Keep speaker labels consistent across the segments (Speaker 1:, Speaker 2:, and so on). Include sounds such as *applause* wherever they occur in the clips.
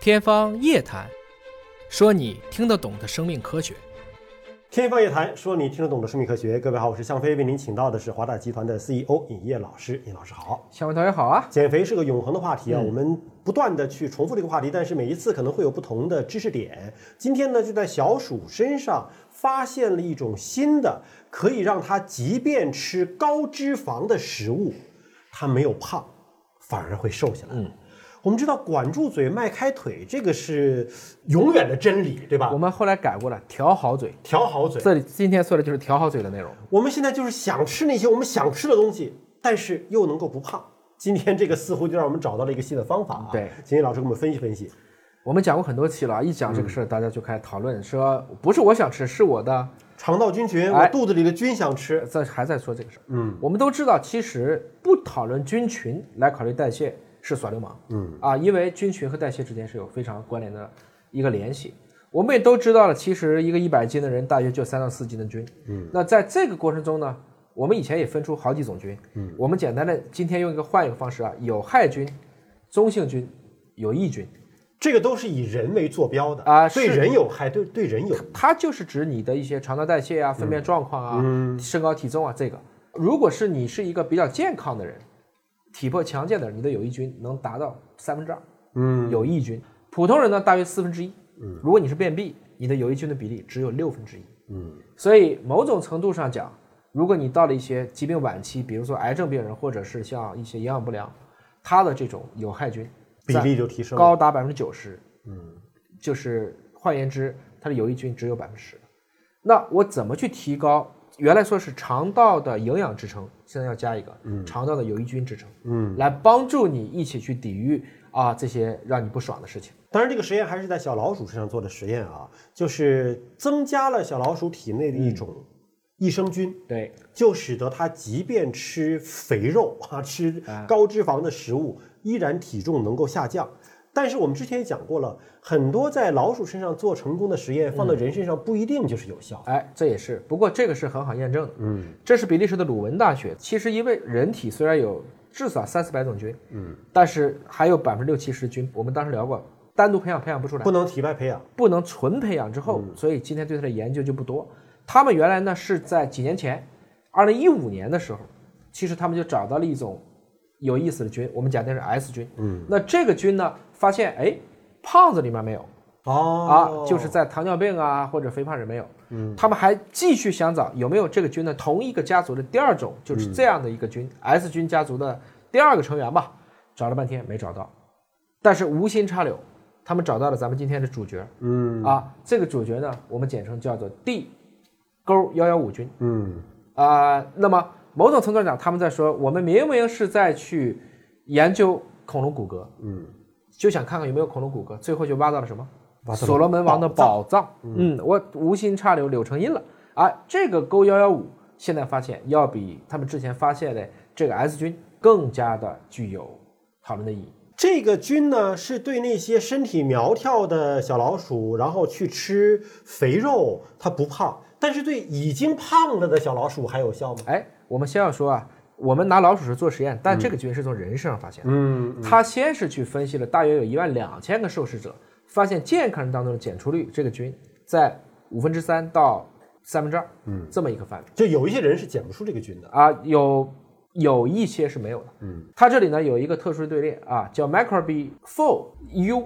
Speaker 1: 天方夜谭，说你听得懂的生命科学。
Speaker 2: 天方夜谭，说你听得懂的生命科学。各位好，我是向飞，为您请到的是华大集团的 CEO 尹烨老师。尹老师好，
Speaker 3: 小文同学好啊！
Speaker 2: 减肥是个永恒的话
Speaker 3: 嗯
Speaker 2: 题啊，我们不断的去重复这个话题，但是每一次可能会有不同的知识点。今天呢，就在小鼠身上发现了一种新的，可以让它即便吃高脂肪的食物，它没有胖，反而会瘦下来。嗯。我们知道管住嘴，迈开腿，这个是永远的真理，对吧？
Speaker 3: 我们后来改过了，调好嘴。
Speaker 2: 调好嘴，
Speaker 3: 这里今天说的就是调好嘴的内容。
Speaker 2: 我们现在就是想吃那些我们想吃的东西，但是又能够不胖。今天这个似乎就让我们找到了一个新的方法啊！
Speaker 3: 对
Speaker 2: 请尹老师给我们分析分析。
Speaker 3: 我们讲过很多期了啊，一讲这个事儿，大家就开始讨论说，不是我想吃，是我的。
Speaker 2: 肠道菌群，我
Speaker 3: 哎
Speaker 2: 肚子里的菌想吃，
Speaker 3: 在还在说这个事儿。嗯，我们都知道，其实不讨论菌群来考虑代谢是耍流氓。嗯啊，因为菌群和代谢之间是有非常关联的一个联系。我们也都知道了，其实一个一百斤的人大约就三到四斤的菌。嗯，那在这个过程中呢，我们以前也分出好几种菌。嗯，我们简单的今天用一个换一个方式啊，有害菌、中性菌、有益菌。
Speaker 2: 这个都是以人为坐标的
Speaker 3: 啊
Speaker 2: 对
Speaker 3: 是
Speaker 2: 人有害，对对人有害。
Speaker 3: 它就是指你的一些肠道代谢啊、粪便状况啊、身高体重啊这个。如果是你是一个比较健康的人，体魄强健的人，你的有益菌能达到三分之二，嗯，有益菌。普通人呢，大约四分之一。嗯，如果你是便秘，你的有益菌的比例只有六分之一。嗯，所以某种程度上讲，如果你到了一些疾病晚期，比如说癌症病人，或者是像一些营养不良，它的这种有害菌
Speaker 2: 比例就提升了。
Speaker 3: 高达百分之九十。嗯，就是换言之，它的有益菌只有百分之十。那我怎么去提高？原来说是肠道的营养支撑，现在要加一个肠道的有益菌支撑，嗯，来帮助你一起去抵御啊这些让你不爽的事情。
Speaker 2: 当然，这个实验还是在小老鼠身上做的实验啊，就是增加了小老鼠体内的一
Speaker 3: 嗯
Speaker 2: 种益生菌，
Speaker 3: 对，
Speaker 2: 就使得它即便吃肥肉 *laughs* 啊，吃高脂肪的食物，依然体重能够下降。但是我们之前也讲过了，很多在老鼠身上做成功的实验，放到人身上不一定就是有效。
Speaker 3: 哎，这也是，不过这个是很好验证的。嗯，这是比利时的鲁文大学。其实因为人体虽然有至少三四百种菌，嗯，但是还有百分之六七十菌，我们当时聊过，单独培养培养不嗯出来
Speaker 2: 不。能体外培养，
Speaker 3: 不能纯培养之后，所以今天对它的研究就不多。他们原来呢是在几年前，二零一五年的时候，其实他们就找到了一种有意思的菌，我们假定是 S 菌。嗯，那这个菌呢，发现哎，胖子里面没有
Speaker 2: 哦
Speaker 3: 啊，就是在糖尿病啊或者肥胖人没有。嗯，他们还继续想找有没有这个菌的同一个家族的第二种，就是这样的一个菌、S 菌家族的第二个成员吧。找了半天没找到，但是无心插柳，他们找到了咱们今天的主角。嗯啊，这个主角呢，我们简称叫做 D 勾幺幺五菌
Speaker 2: 嗯，
Speaker 3: 啊、那么某种程度上讲，他们在说，我们明明是在去研究恐龙骨骼，嗯，就想看看有没有恐龙骨骼，最后就挖到了什么？
Speaker 2: 挖到了
Speaker 3: 所罗门王的宝藏。嗯，我无心插柳柳成荫了啊！这个勾幺幺五现在发现要比他们之前发现的这个 S 菌更加的具有讨论的意义。
Speaker 2: 这个菌呢是对那些身体苗条的小老鼠，然后去吃肥肉，它不胖，但是对已经胖了的小老鼠还有效吗？
Speaker 3: 哎，我们先要说啊，我们拿老鼠是做实验，但这个菌是从人身上发现的。嗯，他先是去分析了大约有一万两千个受试者，发现健康人当中的检出率，这个菌在五分之三到三分之二，嗯，这么一个范围
Speaker 2: 就有一些人是减不出这个菌的。
Speaker 3: 啊，有有一些是没有的。嗯，它这里呢有一个特殊队列啊，叫 microbe four u，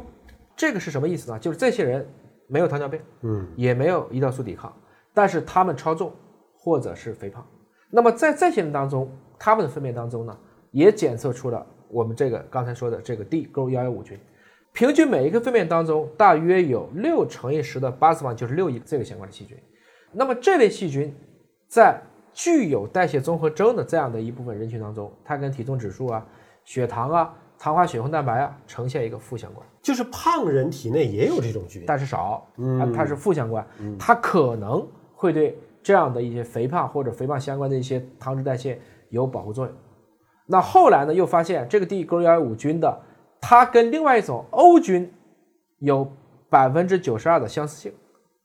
Speaker 3: 这个是什么意思呢？就是这些人没有糖尿病，嗯，也没有胰岛素抵抗，但是他们超重或者是肥胖。那么在这些人当中，他们的粪便当中呢，也检测出了我们这个刚才说的这个 D 勾幺幺五菌。平均每一个粪便当中，大约有六乘以十的八次方，就是六亿这个相关的细菌。那么这类细菌在具有代谢综合征的这样的一部分人群当中，它跟体重指数啊、血糖啊、糖化血红蛋白啊呈现一个负相关，
Speaker 2: 就是胖人体内也有这种菌，
Speaker 3: 但是少，啊，它是负相关，它可能会对这样的一些肥胖或者肥胖相关的一些糖脂代谢有保护作用。那后来呢，又发现这个 D 勾幺幺五菌的，它跟另外一种 O 菌有百分之九十二的相似性，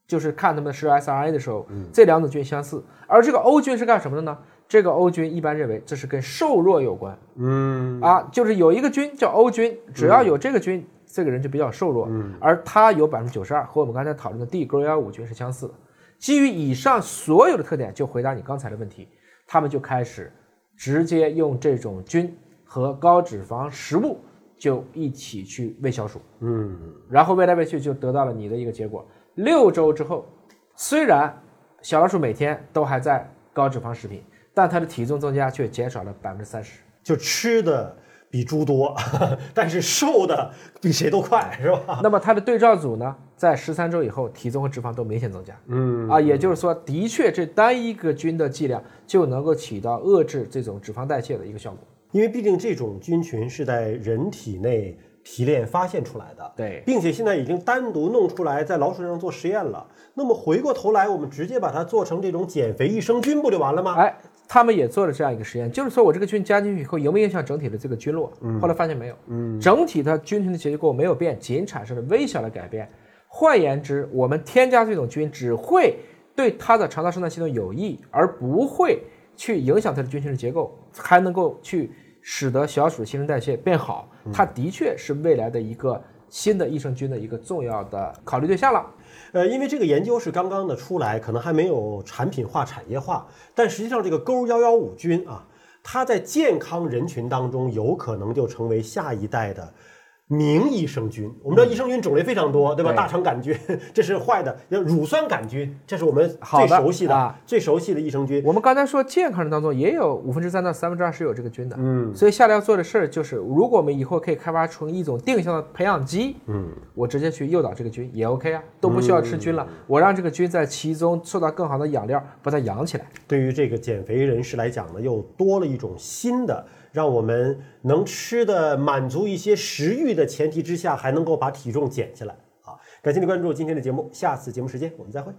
Speaker 3: 就是看他们吃 siRNA 的时候，这两种菌相似。而这个 O 菌是干什么的呢？这个 O 菌一般认为这是跟瘦弱有关，嗯啊，就是有一个菌叫 O 菌，只要有这个菌，这个人就比较瘦弱，而它有百分之九十二，和我们刚才讨论的 D 勾幺幺五菌是相似的。基于以上所有的特点，就回答你刚才的问题，他们就开始直接用这种菌和高脂肪食物就一起去喂小鼠，
Speaker 2: 嗯，
Speaker 3: 然后喂来喂去就得到了你的一个结果。六周之后，虽然小老鼠每天都还在高脂肪食品，但它的体重增加却减少了百分之三十。
Speaker 2: 就吃的比猪多， *laughs* 但是瘦的比谁都快，是吧？
Speaker 3: 那么它的对照组呢，在十三周以后，体重和脂肪都明显增加。
Speaker 2: 嗯，
Speaker 3: 啊，也就是说，的确这单一个菌的剂量就能够起到遏制这种脂肪代谢的一个效果。
Speaker 2: 因为毕竟这种菌群是在人体内提炼发现出来的，
Speaker 3: 对
Speaker 2: 并且现在已经单独弄出来在老鼠身上做实验了。那么回过头来，我们直接把它做成这种减肥益生菌，不就完了吗？
Speaker 3: 哎，他们也做了这样一个实验，就是说我这个菌加进去以后，有没有影响整体的这个菌落？后来发现没有，嗯，整体的菌群的结构没有变，仅产生了微小的改变。换言之，我们添加这种菌只会对它的肠道生态系统有益，而不会去影响它的菌群的结构，还能够去使得小鼠的新陈代谢变好。它的确是未来的一个新的益生菌的一个重要的考虑对象了。
Speaker 2: 呃，因为这个研究是刚刚的出来，可能还没有产品化、产业化，但实际上这个勾幺幺五菌啊，它在健康人群当中有可能就成为下一代的。名益生菌，我们知道益生菌种类非常多，对吧？
Speaker 3: 嗯对
Speaker 2: 大肠杆菌 *laughs* 这是坏的，要乳酸杆菌这是我们
Speaker 3: 好
Speaker 2: 最
Speaker 3: 的
Speaker 2: 熟悉的、
Speaker 3: 啊
Speaker 2: 最熟悉的益生菌。
Speaker 3: 我们刚才说健康人当中也有五分之三到三分之二是有这个菌的，嗯，所以下来要做的事儿就是，如果我们以后可以开发出一种定向的培养基，嗯，我直接去诱导这个菌也 OK 啊，都不需要吃菌了，我让这个菌在其中受到更好的养料，把它养起来。
Speaker 2: 对于这个减肥人士来讲呢，又多了一种新的，让我们能吃的满足一些食欲的前提之下，还能够把体重减下来啊！感谢您关注今天的节目，下次节目时间我们再会。